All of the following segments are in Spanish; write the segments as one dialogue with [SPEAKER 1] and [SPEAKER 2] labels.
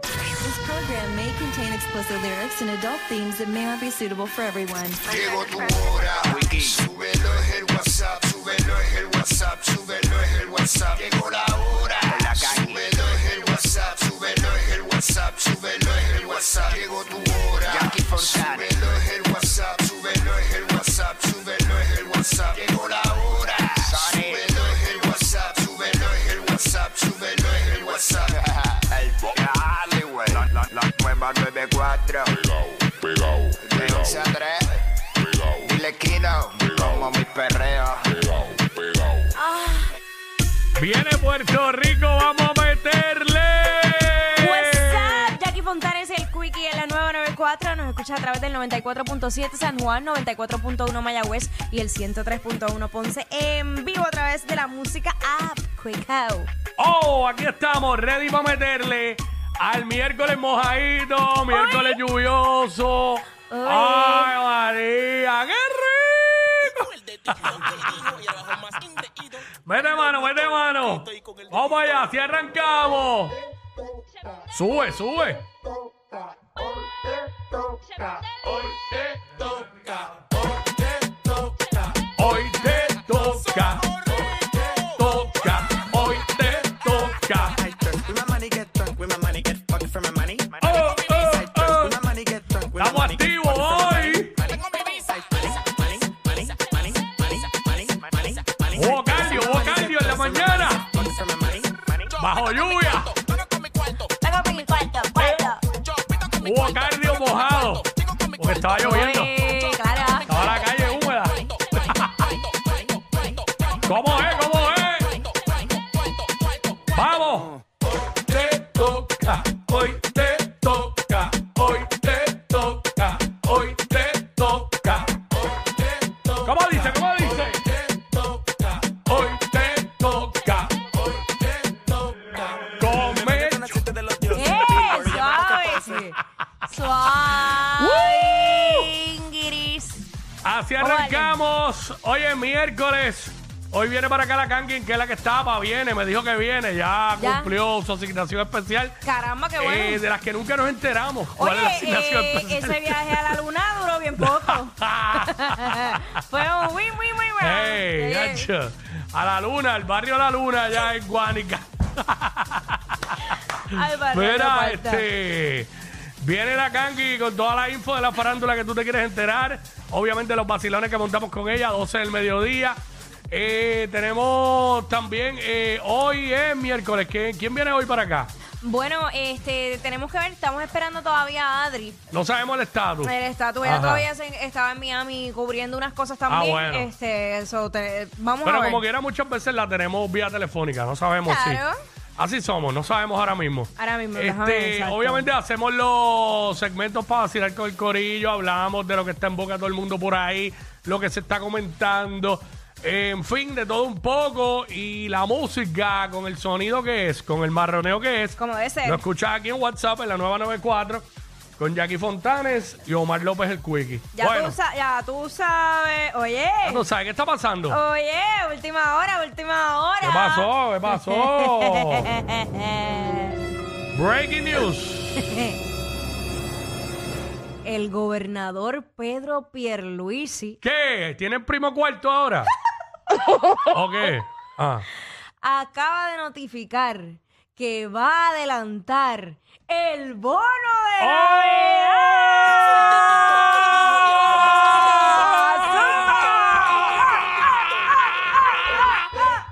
[SPEAKER 1] This program may contain explicit lyrics and adult themes that may not be suitable for everyone.
[SPEAKER 2] Llegó tu hora. Súbelo es el WhatsApp, súbelo es el WhatsApp, súbelo es el WhatsApp. Llegó la hora. Súbelo es el WhatsApp, súbelo es el WhatsApp, súbelo es el WhatsApp. Llegó tu hora. Súbelo es el WhatsApp, súbelo es el WhatsApp, súbelo es el WhatsApp. Llegó la hora. Súbelo es el WhatsApp, súbelo es el WhatsApp, súbelo es el WhatsApp.
[SPEAKER 3] El Dale, güey. La, la, la nueva 94. De 11 a 3. Dile Kino. Como mis perreos.
[SPEAKER 4] Viene Puerto Rico, vamos a meterle.
[SPEAKER 5] What's up, Jackie Fontanes, el Quickie en la nueva 94. Nos escucha a través del 94.7 San Juan, 94.1 Mayagüez y el 103.1 Ponce en vivo a través de la música app Quickout.
[SPEAKER 4] Oh, aquí estamos, ready para meterle al miércoles mojadito, miércoles lluvioso. ¡Ay, María! ¡Qué rico! Mete mano, mete mano. Vamos para allá, así arrancamos. Sube, sube. Hoy te toca, toca, hoy te toca.
[SPEAKER 6] I thirst with my money, get drunk with my money, get fucked for my money.
[SPEAKER 4] Oh,
[SPEAKER 6] I
[SPEAKER 4] oh,
[SPEAKER 6] thirst with my money, get drunk with my
[SPEAKER 4] Estamos
[SPEAKER 6] money.
[SPEAKER 4] activos hoy.
[SPEAKER 6] Money, money, money, money, money, money, money.
[SPEAKER 4] Hubo cambio, hubo cambio en la mañana.
[SPEAKER 6] Fucked for my money, money.
[SPEAKER 4] Bajo lluvia.
[SPEAKER 5] Venga con mi cuarto, cuarto.
[SPEAKER 4] Hubo cardio mojado. Porque estaba lloviendo.
[SPEAKER 5] Eh, Clara.
[SPEAKER 4] Estaba la calle húmeda. ¿Cómo es? ¿Cómo es? ¡Vamos! Hoy te toca, hoy te toca, hoy te toca, hoy te toca. ¿Cómo dice? ¿Cómo dice? Hoy te toca, hoy te toca. Come
[SPEAKER 6] Con aceite de los dioses.
[SPEAKER 5] Eh, suave. Suave. Ingiris.
[SPEAKER 4] Así arrancamos. Hoy es miércoles. Hoy viene para acá la Kankin, que es la que estaba. Viene, me dijo que viene. Ya,
[SPEAKER 5] Ya.
[SPEAKER 4] cumplió su asignación especial.
[SPEAKER 5] Caramba, qué bueno.
[SPEAKER 4] eh, de las que nunca nos enteramos. ¿Cuál es la
[SPEAKER 5] Oye,
[SPEAKER 4] asignación
[SPEAKER 5] eh,
[SPEAKER 4] especial?
[SPEAKER 5] ese viaje a la luna duró bien poco. Fue un win, win, win, win.
[SPEAKER 4] Ey,
[SPEAKER 5] Oye,
[SPEAKER 4] gacho. A la luna, al barrio La Luna, allá en Guánica.
[SPEAKER 5] ay, barrio,
[SPEAKER 4] Mira,
[SPEAKER 5] no falta.
[SPEAKER 4] este. Viene la Kanki con toda la info de la farándula que tú te quieres enterar. Obviamente los vacilones que montamos con ella, 12 del mediodía. Eh, tenemos también, eh, hoy es miércoles. ¿Quién, quién viene hoy para acá?
[SPEAKER 5] Bueno, este, tenemos que ver, estamos esperando todavía a Adri.
[SPEAKER 4] No sabemos el estatus.
[SPEAKER 5] El estatua ella
[SPEAKER 4] Ajá. Ah,
[SPEAKER 5] todavía se- estaba en Miami cubriendo unas cosas también.
[SPEAKER 4] bueno.
[SPEAKER 5] Este, so, te- vamos a
[SPEAKER 4] Pero
[SPEAKER 5] ver.
[SPEAKER 4] como quiera, muchas veces la tenemos vía telefónica, no sabemos
[SPEAKER 5] Claro.
[SPEAKER 4] si. Así somos, no sabemos ahora mismo.
[SPEAKER 5] Ahora mismo, déjame ver,
[SPEAKER 4] este,
[SPEAKER 5] exacto.
[SPEAKER 4] Obviamente hacemos los segmentos para vacilar con el corillo, hablamos de lo que está en boca de todo el mundo por ahí, lo que se está comentando, en fin, de todo un poco. Y la música, con el sonido que es, con el marroneo que es.
[SPEAKER 5] Como debe ser.
[SPEAKER 4] Lo escuchas aquí en WhatsApp, en la nueva 94, con Jackie Fontanes y Omar López el Quickie.
[SPEAKER 5] ya,
[SPEAKER 4] bueno,
[SPEAKER 5] tú, sa- ya tú sabes. Oye.
[SPEAKER 4] ya tú sabes, ¿qué está pasando?
[SPEAKER 5] Oye, última hora, última hora.
[SPEAKER 4] ¿Qué pasó? ¿Qué pasó? Breaking news.
[SPEAKER 5] El gobernador Pedro Pierluisi
[SPEAKER 4] ¿Qué? ¿Tienen primo cuarto ahora? ¿O qué? Ah.
[SPEAKER 5] acaba de notificar que va a adelantar el bono de
[SPEAKER 4] ¡Oh! ¡Oh!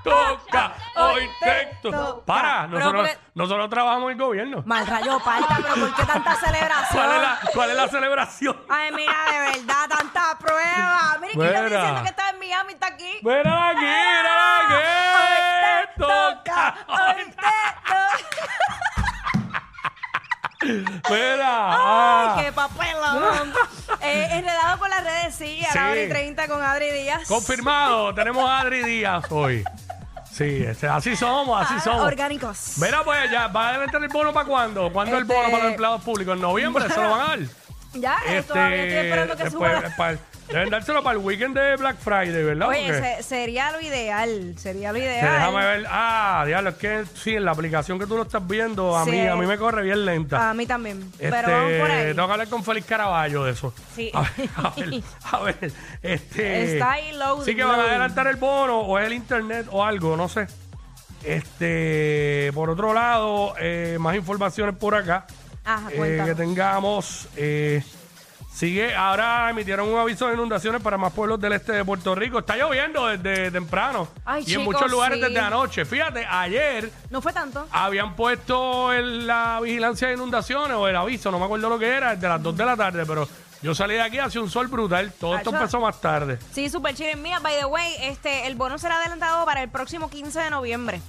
[SPEAKER 4] Toca, hoy te to- Para,
[SPEAKER 5] Pero
[SPEAKER 4] nosotros,
[SPEAKER 5] porque-
[SPEAKER 4] nosotros trabajamos en el gobierno.
[SPEAKER 5] Mal rayo parta, pero ¿por qué tanta celebración?
[SPEAKER 4] ¿Cuál es la, cuál es la celebración?
[SPEAKER 5] Ay, mira, de verdad, tanta prueba. Mira, ¿quién está
[SPEAKER 4] Mira.
[SPEAKER 5] diciendo que está en Miami? Está aquí.
[SPEAKER 4] ¡Mírala aquí! ¡Mírala aquí!
[SPEAKER 5] Hoy te toca, hoy te toca.
[SPEAKER 4] Mira.
[SPEAKER 5] ¡Ay, qué papelón! Eh, enredado por las redes, sí, a la
[SPEAKER 4] Sí.
[SPEAKER 5] hora y 30 con Adri Díaz.
[SPEAKER 4] Confirmado, tenemos a Adri Díaz hoy. Sí, este, así somos, así
[SPEAKER 5] Ah,
[SPEAKER 4] somos.
[SPEAKER 5] Orgánicos.
[SPEAKER 4] Mira, pues ya, ¿va a adelantar el bono para cuándo? ¿Cuándo el bono
[SPEAKER 5] Este-
[SPEAKER 4] para los empleados públicos? ¿En noviembre se lo van a dar?
[SPEAKER 5] Ya, eh, todavía estoy esperando que
[SPEAKER 4] después,
[SPEAKER 5] suba.
[SPEAKER 4] este, eh,
[SPEAKER 5] la-
[SPEAKER 4] para- deben dárselo para el weekend de Black Friday, ¿verdad?
[SPEAKER 5] Oye,
[SPEAKER 4] Porque-
[SPEAKER 5] se- sería lo ideal, sería lo
[SPEAKER 4] Sí,
[SPEAKER 5] ideal.
[SPEAKER 4] déjame ver. Ah, diablo, es que sí, en la aplicación que tú lo estás viendo, a,
[SPEAKER 5] Sí.
[SPEAKER 4] mí, a mí me corre bien lenta.
[SPEAKER 5] A mí también, pero
[SPEAKER 4] Este,
[SPEAKER 5] vamos por ahí.
[SPEAKER 4] Tengo que hablar con Félix Caraballo de eso.
[SPEAKER 5] Sí.
[SPEAKER 4] A ver, a ver, a ver, este.
[SPEAKER 5] Está ahí loading,
[SPEAKER 4] Sí, que van a
[SPEAKER 5] loading.
[SPEAKER 4] adelantar el bono o es el internet o algo, no sé. Este. Por otro lado, eh, más informaciones por acá.
[SPEAKER 5] Ajá,
[SPEAKER 4] eh,
[SPEAKER 5] cuéntanos.
[SPEAKER 4] que tengamos. eh, sigue, ahora emitieron un aviso de inundaciones para más pueblos del este de Puerto Rico. Está lloviendo desde temprano.
[SPEAKER 5] Ay,
[SPEAKER 4] y en
[SPEAKER 5] chicos,
[SPEAKER 4] muchos lugares
[SPEAKER 5] sí.
[SPEAKER 4] desde anoche. Fíjate, ayer
[SPEAKER 5] No fue tanto.
[SPEAKER 4] habían puesto el- la vigilancia de inundaciones o el aviso, no me acuerdo lo que era, desde las 2 de la tarde, pero yo salí de aquí hace un sol brutal. Todo esto
[SPEAKER 5] Acho.
[SPEAKER 4] empezó más tarde.
[SPEAKER 5] Sí, super chido. Mira, by the way, este, el bono será adelantado para el próximo 15 de noviembre.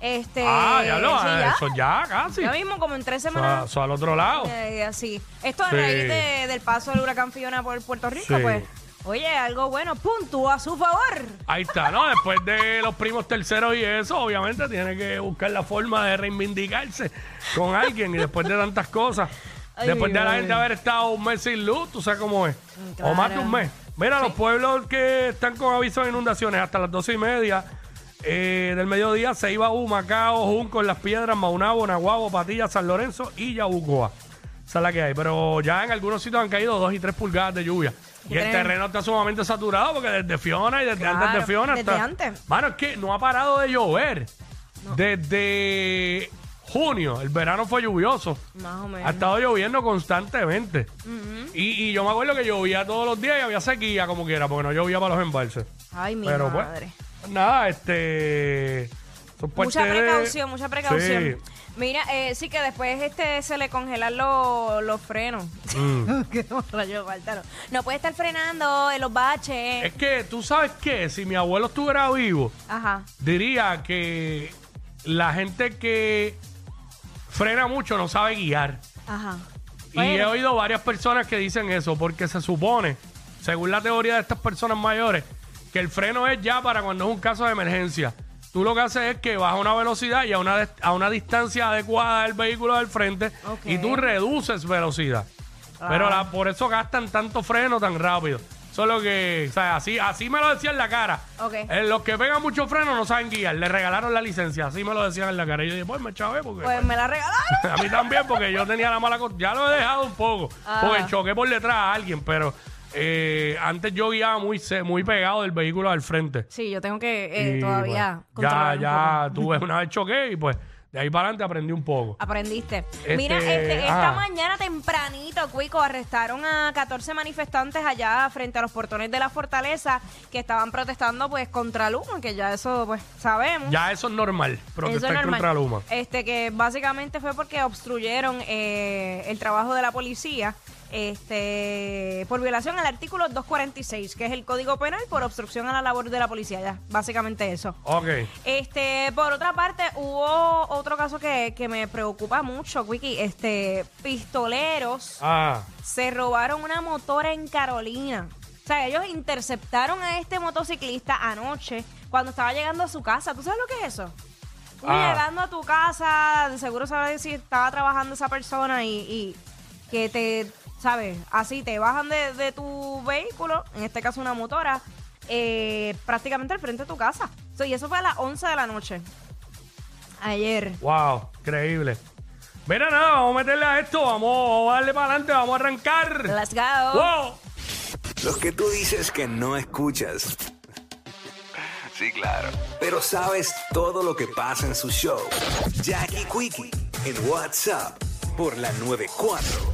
[SPEAKER 5] Este,
[SPEAKER 4] ah, ya lo,
[SPEAKER 5] sí,
[SPEAKER 4] ah,
[SPEAKER 5] ya.
[SPEAKER 4] eso ya casi.
[SPEAKER 5] Ya mismo, como en tres
[SPEAKER 4] Eso a-
[SPEAKER 5] semanas.
[SPEAKER 4] eso al otro lado.
[SPEAKER 5] eh, así. Esto a
[SPEAKER 4] Sí.
[SPEAKER 5] raíz de- del paso del huracán Fiona por Puerto Rico,
[SPEAKER 4] Sí.
[SPEAKER 5] pues. Oye, algo bueno, punto a su favor.
[SPEAKER 4] Ahí está, ¿no? Después de los primos terceros y eso, obviamente tiene que buscar la forma de reivindicarse con alguien y después de tantas cosas.
[SPEAKER 5] Ay,
[SPEAKER 4] después de la
[SPEAKER 5] ay.
[SPEAKER 4] gente haber estado un mes sin luz, tú sabes cómo es. O más de un mes. Mira, los pueblos que están con aviso de inundaciones hasta las doce y media eh, del mediodía se iba a Macao, Junco, Las Piedras, Maunabo, Nahuabo, Patilla, San Lorenzo y Yabucoa. Esa es la que hay. Pero ya en algunos sitios han caído dos y tres pulgadas de lluvia. Y el
[SPEAKER 5] Tremendo.
[SPEAKER 4] terreno está sumamente saturado porque desde Fiona y desde antes de
[SPEAKER 5] Claro,
[SPEAKER 4] Fiona
[SPEAKER 5] desde
[SPEAKER 4] hasta-
[SPEAKER 5] antes.
[SPEAKER 4] Mano, es que no ha parado de llover. Desde junio, el verano fue lluvioso.
[SPEAKER 5] Más o menos.
[SPEAKER 4] Ha estado lloviendo constantemente. y, y yo me acuerdo que llovía todos los días y había sequía como quiera, porque no llovía para los embalses.
[SPEAKER 5] Ay, mi
[SPEAKER 4] Pero pues,
[SPEAKER 5] madre.
[SPEAKER 4] nada, este... son
[SPEAKER 5] Mucha
[SPEAKER 4] parte de-
[SPEAKER 5] precaución, mucha precaución.
[SPEAKER 4] Sí.
[SPEAKER 5] Mira, eh, sí que después este se le congelan los- los frenos.
[SPEAKER 4] Mm.
[SPEAKER 5] Qué rayo, faltaron. No puede estar frenando en los baches.
[SPEAKER 4] Es que, ¿tú sabes qué? Si mi abuelo estuviera vivo,
[SPEAKER 5] Ajá.
[SPEAKER 4] diría que la gente que frena mucho no sabe guiar.
[SPEAKER 5] Ajá.
[SPEAKER 4] Y he
[SPEAKER 5] Bueno.
[SPEAKER 4] oído varias personas que dicen eso, porque se supone, según la teoría de estas personas mayores, que el freno es ya para cuando es un caso de emergencia. Tú lo que haces es que vas a una velocidad y a una, des- a una distancia adecuada del vehículo del frente
[SPEAKER 5] Ok. Ah.
[SPEAKER 4] y tú reduces velocidad. Pero la- por eso gastan tanto freno tan rápido. Solo que, o sea, así, así me lo decían en la cara.
[SPEAKER 5] Ok.
[SPEAKER 4] Eh, los que pegan mucho freno no saben guiar, le regalaron la licencia, así me lo decían en la cara. Y yo dije, pues me chavé porque...
[SPEAKER 5] Pues me la regalaron.
[SPEAKER 4] A mí también, porque yo tenía la mala costumbre. Ya lo he dejado un poco,
[SPEAKER 5] Ah.
[SPEAKER 4] porque choqué por detrás a alguien, pero eh, antes yo guiaba muy, ce- muy pegado del vehículo al frente.
[SPEAKER 5] Sí, yo tengo que eh,
[SPEAKER 4] Y,
[SPEAKER 5] todavía
[SPEAKER 4] pues, ya,
[SPEAKER 5] controlar un
[SPEAKER 4] ya
[SPEAKER 5] poco. Ah.
[SPEAKER 4] tuve una vez choqué y pues de ahí para adelante aprendí un poco.
[SPEAKER 5] Aprendiste.
[SPEAKER 4] Este,
[SPEAKER 5] Mira, este, esta
[SPEAKER 4] ajá.
[SPEAKER 5] mañana tempranito, Cuico, arrestaron a 14 manifestantes allá frente a los portones de la fortaleza que estaban protestando pues contra Luma, que ya eso pues sabemos.
[SPEAKER 4] Ya eso es normal,
[SPEAKER 5] Eso
[SPEAKER 4] protestar
[SPEAKER 5] es normal.
[SPEAKER 4] contra Luma.
[SPEAKER 5] Este, que básicamente fue porque obstruyeron eh, el trabajo de la policía este, por violación al artículo 246, que es el Código Penal por obstrucción a la labor de la policía. Ya, básicamente eso.
[SPEAKER 4] Ok.
[SPEAKER 5] Este, por otra parte, hubo otro caso que, que me preocupa mucho, Wiki. Este, pistoleros
[SPEAKER 4] Ah,
[SPEAKER 5] se robaron una motora en Carolina. O sea, ellos interceptaron a este motociclista anoche cuando estaba llegando a su casa. ¿Tú sabes lo que es eso? Tú
[SPEAKER 4] Ah.
[SPEAKER 5] llegando a tu casa, de seguro sabes si estaba trabajando esa persona y, y que te, ¿sabes? Así te bajan de, de tu vehículo, en este caso una motora, eh, prácticamente al frente de tu casa. O sea, y eso fue a las 11 de la noche. Ayer.
[SPEAKER 4] wow, increíble. Mira, nada, vamos a meterle a esto, vamos, vamos a darle para adelante, vamos a arrancar.
[SPEAKER 5] Let's go.
[SPEAKER 4] Wow.
[SPEAKER 7] Los que tú dices que no escuchas,
[SPEAKER 3] Sí, claro.
[SPEAKER 7] pero sabes todo lo que pasa en su show. Jackie Quickie en WhatsApp por la 94.